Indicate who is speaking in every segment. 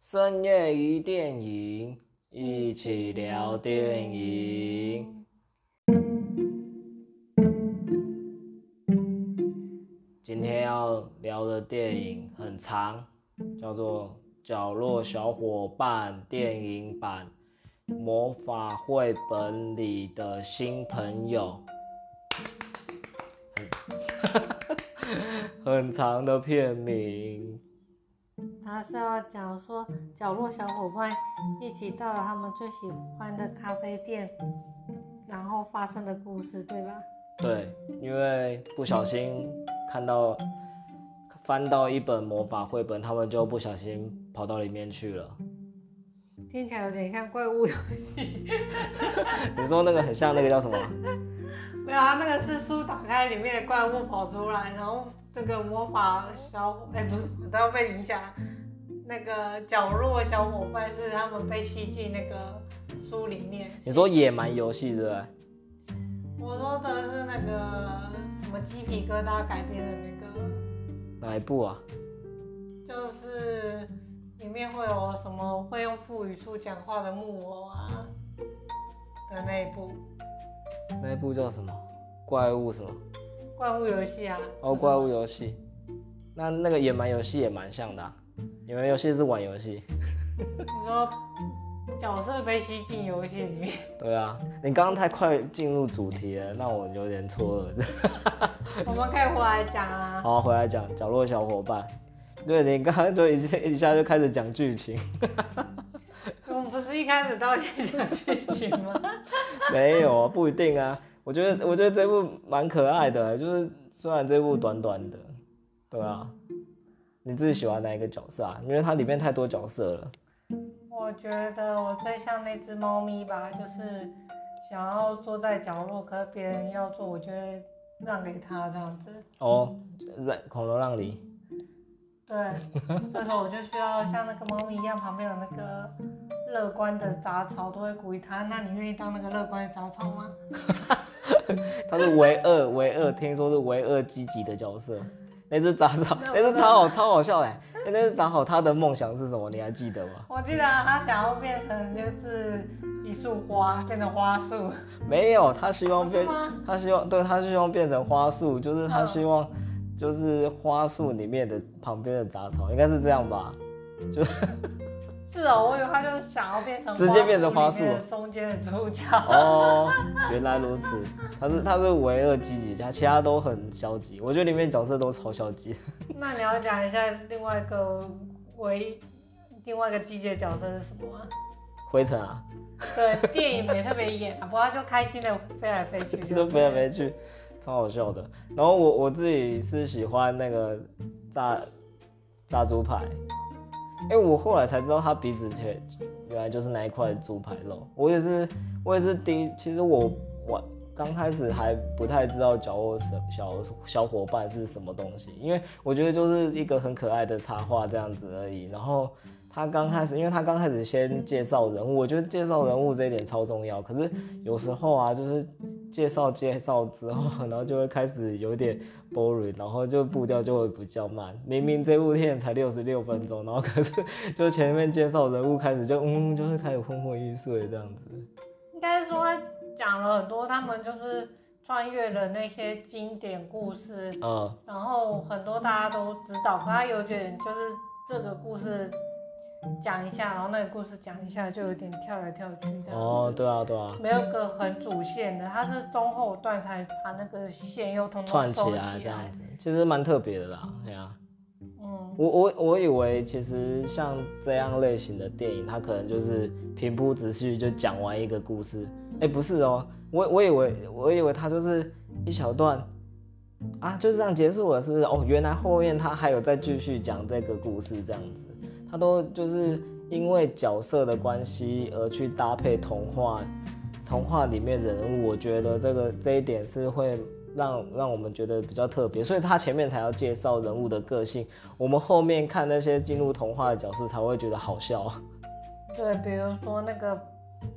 Speaker 1: 深夜于电影，一起聊电影。今天要聊的电影很长，叫做《角落小伙伴》电影版《魔法绘本里的新朋友》 很，很长的片名。
Speaker 2: 他是要讲说角落小伙伴一起到了他们最喜欢的咖啡店，然后发生的故事，对吧？
Speaker 1: 对，因为不小心看到翻到一本魔法绘本，他们就不小心跑到里面去了。
Speaker 2: 听起来有点像怪物游
Speaker 1: 你说那个很像那个叫什么？
Speaker 2: 没有啊，那个是书打开，里面的怪物跑出来，然后这个魔法小伙，哎、不是，我都要被影响了。那个角落小伙伴是他们被吸进那个书里面。
Speaker 1: 你说野蛮游戏对不对？
Speaker 2: 我说的是那个什么鸡皮疙瘩改编的那个，
Speaker 1: 哪一部啊？
Speaker 2: 就是里面会有什么会用腹语术讲话的木偶啊的那一部
Speaker 1: 那一部叫什么？怪物什么？
Speaker 2: 怪物游戏啊。
Speaker 1: 哦，怪物游戏。那那个野蛮游戏也蛮像的、啊，野蛮游戏是玩游戏。
Speaker 2: 你说角色被吸进游戏里面，
Speaker 1: 对啊，你刚刚太快进入主题了，让我有点错愕。
Speaker 2: 我们可以回来讲啊。
Speaker 1: 好，回来讲角落小伙伴。对你刚刚就一下一下就开始讲剧情，
Speaker 2: 我们不是一开始到先讲剧情吗？
Speaker 1: 没有啊，不一定啊。我觉得我觉得这部蛮可爱的，就是虽然这部短短的，对啊。你自己喜欢哪一个角色啊？因为它里面太多角色了。
Speaker 2: 我觉得我最像那只猫咪吧，就是想要坐在角落，可是别人要坐，我就会让给他这样子。
Speaker 1: 哦，在孔刘让梨。
Speaker 2: 对，这时候我就需要像那个猫咪一样，旁边有那个乐观的杂草都会鼓励它。那你愿意当那个乐观的杂草吗？
Speaker 1: 它是唯二唯二，听说是唯二积极的角色。那只杂草，
Speaker 2: 那我
Speaker 1: 那只杂草超好笑哎、欸！那只杂草它的梦想是什么？你还记得吗？
Speaker 2: 我记得啊它想要变成就是一束花，变成花束，
Speaker 1: 没有，他希望
Speaker 2: 不是
Speaker 1: 变
Speaker 2: 吗？
Speaker 1: 他希望对他希望变成花束，就是他
Speaker 2: 嗯
Speaker 1: 希望就是花束里面的旁边的杂草，应该是这样吧？
Speaker 2: 是哦，我以为它就想要变成
Speaker 1: 直接变成花束
Speaker 2: 里面的中间的主角。
Speaker 1: 哦，原来如此，他是他是唯二积极家，其他都很消极。我觉得里面角色都超消极。
Speaker 2: 那你要讲一下另外一个唯另外一个季节角色是什么吗？
Speaker 1: 灰尘啊，
Speaker 2: 对，电影没特别演啊，不过他就开心的飞来飞去就对了，
Speaker 1: 都飞来飞去，超好笑的。然后我我自己是喜欢那个炸炸猪排，哎、我后来才知道他鼻子前原来就是那一块猪排肉。我也是，我也是第一，其实我我刚开始还不太知道角落小小小伙伴是什么东西，因为我觉得就是一个很可爱的插画这样子而已。然后他刚开始，因为他刚开始先介绍人物，我觉得介绍人物这一点超重要。可是有时候啊，就是介绍介绍之后， 然后就会开始有点 boring，然后就步调就会比较慢。明明这部电影才六十六分钟，然后 可是就前面介绍人物开始就嗯，就会开始昏昏欲睡这样子。
Speaker 2: 应该说他讲了很多，他们就是穿越了那些经典故事，
Speaker 1: 嗯，
Speaker 2: 然后很多大家都知道，可他有点就是这个故事讲一下，然后那个故事讲一下，就有点跳来跳去这样子。
Speaker 1: 哦，对啊，对啊，
Speaker 2: 没有个很主线的，它是中后段才把那个线又通
Speaker 1: 串
Speaker 2: 通
Speaker 1: 起
Speaker 2: 收
Speaker 1: 来啊这样子，其实蛮特别的啦，对啊。
Speaker 2: 嗯，
Speaker 1: 我我我以为其实像这样类型的电影，它可能就是平铺直叙就讲完一个故事。哎、不是哦，我我以为我以为它就是一小段啊，就这样结束了，是不是？哦，原来后面它还有再继续讲这个故事这样子，它都就是因为角色的关系而去搭配童话，童话里面的人物，我觉得这个这一点是会。让让我们觉得比较特别，所以他前面才要介绍人物的个性，我们后面看那些进入童话的角色才会觉得好笑
Speaker 2: 对，比如说那个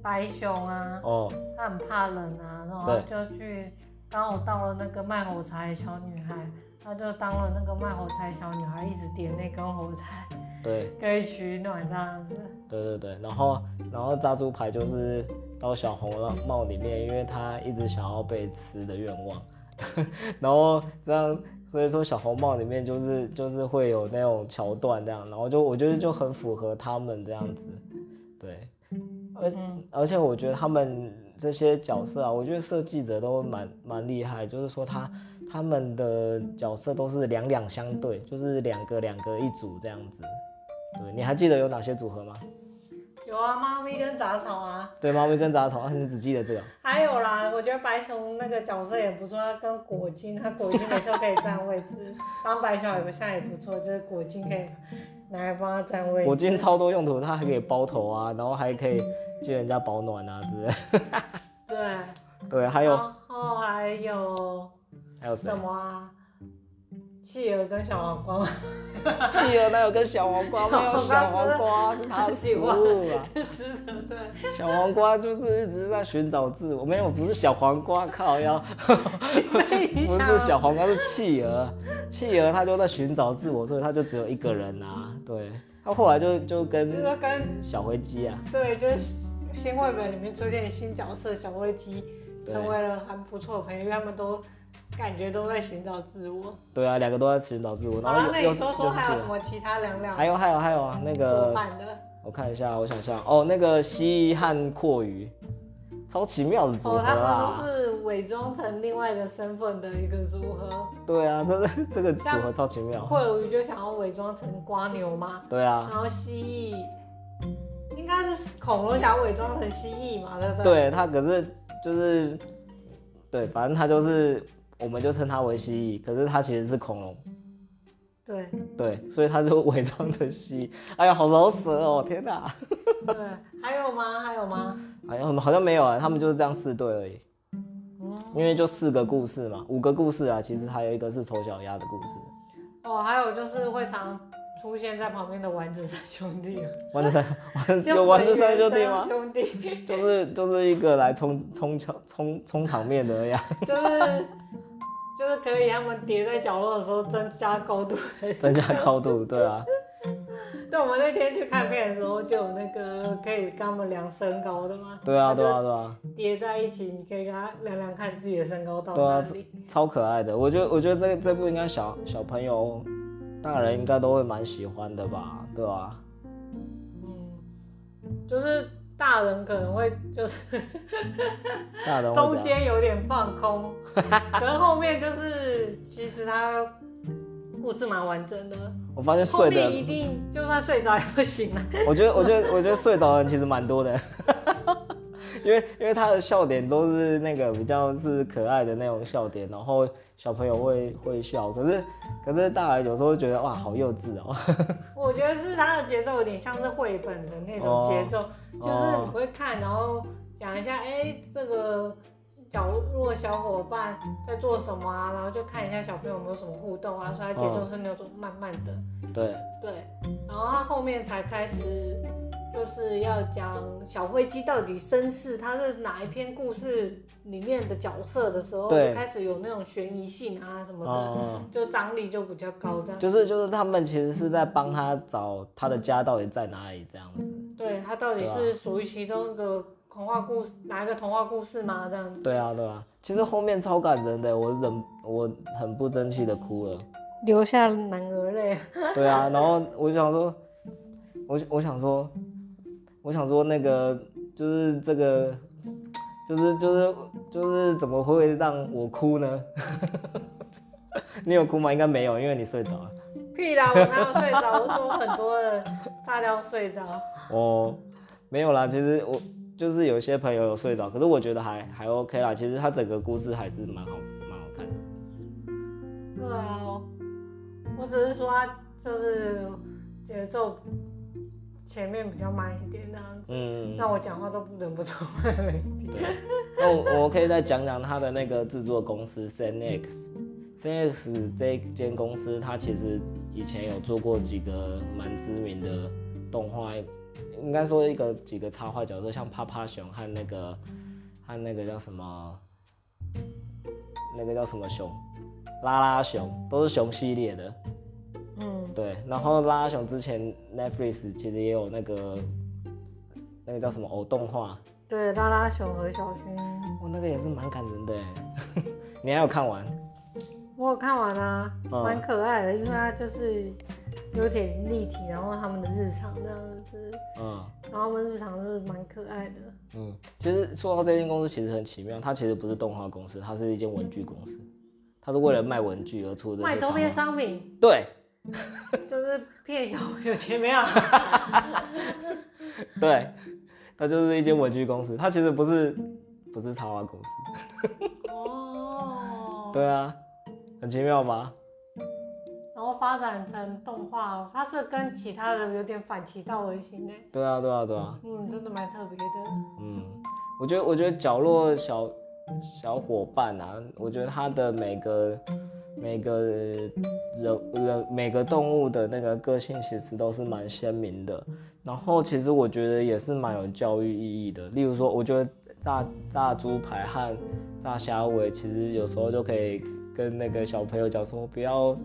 Speaker 2: 白熊啊，
Speaker 1: 哦。
Speaker 2: 它很怕冷啊，然后
Speaker 1: 对
Speaker 2: 就去刚好到了那个卖火柴的小女孩，她就当了那个卖火柴小女孩，一直点那根火柴，
Speaker 1: 对
Speaker 2: 可以取暖这样子。
Speaker 1: 对对对，然后然后炸猪排就是到小红帽里面，因为他一直想要被吃的愿望， 然后这样，所以说小红帽里面就是就是会有那种桥段这样，然后就我觉得就很符合他们这样子，对，而
Speaker 2: 嗯，
Speaker 1: 而且我觉得他们这些角色啊，我觉得设计者都蛮蛮厉害，就是说他他们的角色都是两两相对，就是两个两个一组这样子。对，你还记得有哪些组合吗？
Speaker 2: 有啊，猫咪跟杂草啊，
Speaker 1: 对，猫咪跟杂草，啊你只记得这个，
Speaker 2: 还有啦，我觉得白熊那个角色也不错，他跟果金，他果金每次都可以占位 置，帮白小也像也不错，就是果金可以拿来帮他占位置。
Speaker 1: 我今天超多用途，它还可以包头啊，然后还可以借人家保暖啊之类的。
Speaker 2: 对，
Speaker 1: 对，还有
Speaker 2: 然后还有
Speaker 1: 还有谁
Speaker 2: 什？么啊？企鹅跟小黄瓜，
Speaker 1: 企鹅那有跟 小黄瓜，没有小黄瓜是它的食物啊。
Speaker 2: 是的，对。
Speaker 1: 小黄瓜就是一直在寻找自我，没有，不是小黄瓜，靠腰，不是小黄瓜，是企 鹅，企鹅它就在寻找自我，所以它就只有一个人啊。对，它后来就就
Speaker 2: 就是
Speaker 1: 跟
Speaker 2: 说跟
Speaker 1: 小灰鸡啊，
Speaker 2: 对，就是新绘本里面出现新角色小灰鸡，
Speaker 1: 对
Speaker 2: 成为了很不错的朋友，因为他们都感觉都在寻找自我。
Speaker 1: 对啊，两个都在寻找自我。然后
Speaker 2: 好了，
Speaker 1: 又
Speaker 2: 那
Speaker 1: 又
Speaker 2: 你
Speaker 1: 是
Speaker 2: 说说
Speaker 1: 又是
Speaker 2: 还有
Speaker 1: 企鹅
Speaker 2: 什么其他两两
Speaker 1: 还有还有还有啊，那
Speaker 2: 主
Speaker 1: 个
Speaker 2: 版的？
Speaker 1: 我看一下，我想想哦，那个蜥蜴和阔鱼，超奇妙的组合
Speaker 2: 哦，他们
Speaker 1: 啊！
Speaker 2: 都是伪装成另外一个身份的一个组合。
Speaker 1: 对啊，这个 这个组合超奇妙。
Speaker 2: 惠鱼就想要伪装成瓜牛嘛，
Speaker 1: 对啊
Speaker 2: 然，后蜥蜴应该是恐龙想要伪装成蜥蜴嘛，对不对？
Speaker 1: 对他可是就是对，反正他就是我们就称他为蜥蜴，可是他其实是恐龙。
Speaker 2: 对
Speaker 1: 对，所以他是伪装成蜥蜴。 哎呀，好饶舌哦！天哪，
Speaker 2: 对，还有吗？还有吗？
Speaker 1: 哎呀，好像没有啊，他们就是这样四对而已，
Speaker 2: 嗯。
Speaker 1: 因为就四个故事嘛，五个故事啊，其实还有一个是丑小鸭的故事。
Speaker 2: 哦，还有就是会常出现在旁边的丸子三 兄弟啊，
Speaker 1: 丸子 山，丸子有丸子山兄弟吗？
Speaker 2: 兄弟
Speaker 1: 就是就是一个来冲冲场冲冲场面的呀，
Speaker 2: 就是就是可以他们叠在角落的时候增加高度的。
Speaker 1: 增加高度，对啊，
Speaker 2: 对，我们那天去看片的时候就有那个可以跟他们量身高的嘛。
Speaker 1: 对啊，
Speaker 2: 它就
Speaker 1: 对啊，对啊，
Speaker 2: 叠在一起，你可以跟他量量看自己的身高到
Speaker 1: 对啊
Speaker 2: 哪里。
Speaker 1: 超可爱的。我觉得我觉得这这部应该小小朋友、大人应该都会蛮喜欢的吧，对啊？
Speaker 2: 嗯，就是大人可能会就是
Speaker 1: 大人会
Speaker 2: 中
Speaker 1: 这样，
Speaker 2: 间有点放 空，可能后面就是其实他故事蛮完整的，
Speaker 1: 我发现
Speaker 2: 后
Speaker 1: 睡
Speaker 2: 面一
Speaker 1: 的，
Speaker 2: 定就算睡着也不行啊了。
Speaker 1: 我觉得我觉得我觉得睡着的人其实蛮多的。 因为因为他的笑点都是那个比较是可爱的那种笑点，然后小朋友会会笑，可是可是大人有时候会觉得哇好幼稚哦，
Speaker 2: 我觉得是他的节奏有点像是绘本的那种节奏，就是你
Speaker 1: 哦
Speaker 2: 会看，然后讲一下，哎、这个角落小伙伴在做什么啊，然后就看一下小朋友有没有什么互动啊，所以他节
Speaker 1: 嗯
Speaker 2: 奏是那种慢慢的，
Speaker 1: 对，
Speaker 2: 对，然后他后面才开始就是要讲小灰鸡到底身世，他是哪一篇故事里面的角色的时候，
Speaker 1: 对
Speaker 2: 就开始有那种悬疑性啊什么的，
Speaker 1: 嗯。
Speaker 2: 就张力就比较高这样。
Speaker 1: 就是就是他们其实是在帮他找他的家到底在哪里这样子。
Speaker 2: 对，它到底
Speaker 1: 对啊
Speaker 2: 是属于其中一个童话故事，哪一个童话故事吗？这样子
Speaker 1: 对啊对啊，其实后面超感人的，我忍我很不争气的哭了。
Speaker 2: 留下男儿泪。
Speaker 1: 对啊，然后我想说，我我想说，我想说那个就是这个，就是就是就是怎么会让我哭呢？ 你有哭吗？应该没有，因为你睡着了。
Speaker 2: 屁啦，我哪有睡着？我说我很多人大量睡着。
Speaker 1: 哦，没有啦，其实我就是有些朋友有睡着，可是我觉得还还 OK 啦。其实它整个故事还是蛮好蛮好看的。
Speaker 2: 对啊，我我只是说它就是节奏前面比较慢一点这样子，
Speaker 1: 嗯，
Speaker 2: 让我讲话都忍不住慢了一点。
Speaker 1: 对。那我我可以再讲讲它的那个制作公司 CNX。CNX 这间公司，它其实以前有做过几个蛮知名的动画，应该说一个几个插画角色，像趴趴熊和那个和那个叫什么，那个叫什么熊，拉拉熊，都是熊系列的。
Speaker 2: 嗯，
Speaker 1: 对，然后拉拉熊之前 Netflix 其实也有那个那个叫什么偶动画，
Speaker 2: 对，拉拉熊和小薰，
Speaker 1: 我那个也是蛮感人的耶， 你还有看完？
Speaker 2: 我有看完啊，
Speaker 1: 嗯
Speaker 2: 蛮可爱的，因为它就是有点立体，然后他们的日常这样子，
Speaker 1: 嗯
Speaker 2: 然后他们日常是蛮可爱的。
Speaker 1: 嗯，其实说到这间公司其实很奇妙，它其实不是动画公司，它是一间文具公司，它是为了卖文具而出的这些
Speaker 2: 卖周
Speaker 1: 商
Speaker 2: 边
Speaker 1: 品
Speaker 2: 商品
Speaker 1: 对
Speaker 2: 就是骗小朋友钱，没有啊？
Speaker 1: 对，它就是一间文具公司，它其实不是不是插画公司。
Speaker 2: 哦，
Speaker 1: 对啊，很奇妙吧？
Speaker 2: 然后发展成动画，它是跟其他的有点反其道而行的，
Speaker 1: 对啊，对啊，对啊，
Speaker 2: 嗯，真的蛮特别的。
Speaker 1: 嗯，我觉得，我觉得角落小小伙伴啊，我觉得他的每个每个人人每个动物的那个个性其实都是蛮鲜明的，然后其实我觉得也是蛮有教育意义的。例如说，我觉得炸炸猪排和炸虾尾，其实有时候就可以跟那个小朋友讲说，不要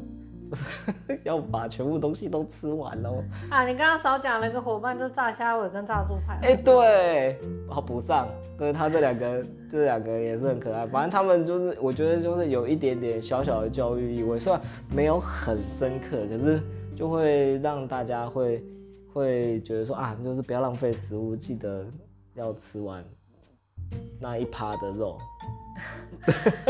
Speaker 1: 就是要把全部东西都吃完哦。
Speaker 2: 啊，你刚刚少讲了一个伙伴，就是炸虾尾跟炸猪排。
Speaker 1: 哎、对，好补上，对他这两个，这两个也是很可爱。反正他们就是，我觉得就是有一点点小小的教育意味，虽然没有很深刻，可是就会让大家会会觉得说啊，就是不要浪费食物，记得要吃完那一趴的肉。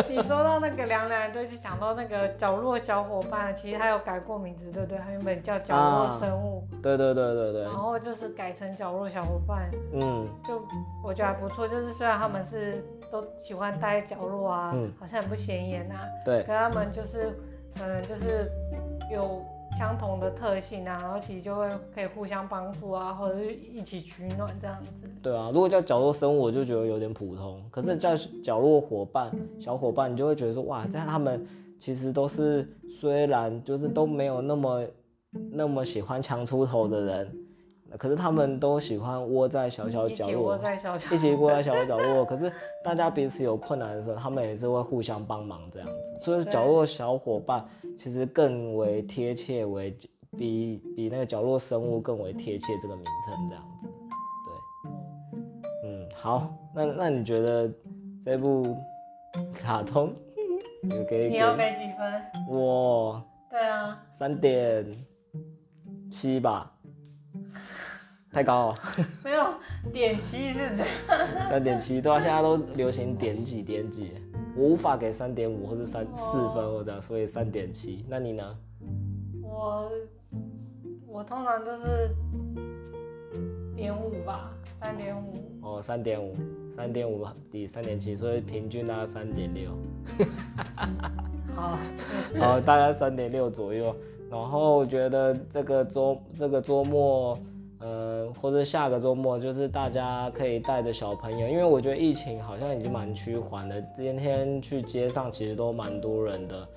Speaker 2: 你说到那个凉凉，就去想到那个角落小伙伴，其实他有改过名字，对不对？他原本叫角落生物，
Speaker 1: 对对对对啊对
Speaker 2: 然，后就是改成角落小伙伴，
Speaker 1: 嗯，
Speaker 2: 就我觉得还不错。就是虽然他们是都喜欢待在角落啊，
Speaker 1: 嗯
Speaker 2: 好像很不显眼啊，
Speaker 1: 对
Speaker 2: 可他们就是可能就是有相同的特性啊，然后其实就会可以互相帮助啊，或者是一起取暖这样子。
Speaker 1: 对啊。如果叫角落生物，我就觉得有点普通，可是叫角落伙伴、小伙伴，你就会觉得说哇，但他们其实都是虽然就是都没有那么那么喜欢强出头的人，可是他们都喜欢窝在小小
Speaker 2: 一
Speaker 1: 角
Speaker 2: 起窝
Speaker 1: 落，
Speaker 2: 在小角
Speaker 1: 一起窝在小小角落。可是大家彼此有困难的时候，他们也是会互相帮忙这样子。所以
Speaker 2: 对
Speaker 1: 角落小伙伴其实更为贴切为比比那个角落生物更为贴切这个名称这样子。对，
Speaker 2: 嗯
Speaker 1: 嗯，好，那那你觉得这部卡通你可以
Speaker 2: 你
Speaker 1: 给
Speaker 2: 要给几分？
Speaker 1: 我
Speaker 2: 对啊。
Speaker 1: 三点七吧，太高了，
Speaker 2: 没有点七是这样，
Speaker 1: 三点七对啊，现在都流行点几点几，我无法给三点五或是三四分
Speaker 2: 哦
Speaker 1: 或者所以三点七。那你呢？
Speaker 2: 我我通常就是点五吧，三点五。
Speaker 1: 哦，三点五，三点五抵三点七，所以平均大概三点六，
Speaker 2: 好，
Speaker 1: 好，大概三点六左右。然后我觉得这个周这个周末，呃，或者下个周末，就是大家可以带着小朋友，因为我觉得疫情好像已经蛮趋缓的。今天去街上其实都蛮多人的。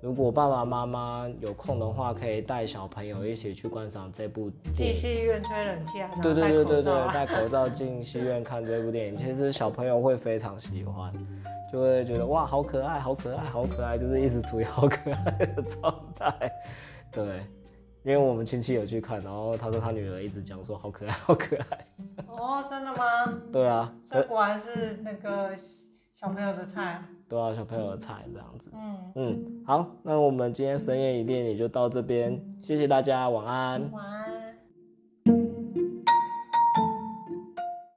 Speaker 1: 如果爸爸妈妈有空的话，可以带小朋友一起去观赏这部电
Speaker 2: 进
Speaker 1: 影。
Speaker 2: 戏院吹冷气啊，然
Speaker 1: 对
Speaker 2: 后
Speaker 1: 对
Speaker 2: 戴
Speaker 1: 对
Speaker 2: 口
Speaker 1: 对
Speaker 2: 罩
Speaker 1: 对，
Speaker 2: 啊。
Speaker 1: 戴口罩进戏院看这部电影，其实小朋友会非常喜欢，就会觉得哇，好可爱，好可爱，好可爱，就是一直处于好可爱的状态。对，因为我们亲戚有去看，然后他说他女儿一直讲说好可爱，好可爱。
Speaker 2: 哦，真的吗？
Speaker 1: 对啊，
Speaker 2: 所以
Speaker 1: 可
Speaker 2: 果然是那个小朋友的菜。
Speaker 1: 对啊，小朋友的菜这样子。
Speaker 2: 嗯，
Speaker 1: 嗯，好，那我们今天深夜一电影就到这边，谢谢大家，晚安。
Speaker 2: 晚安。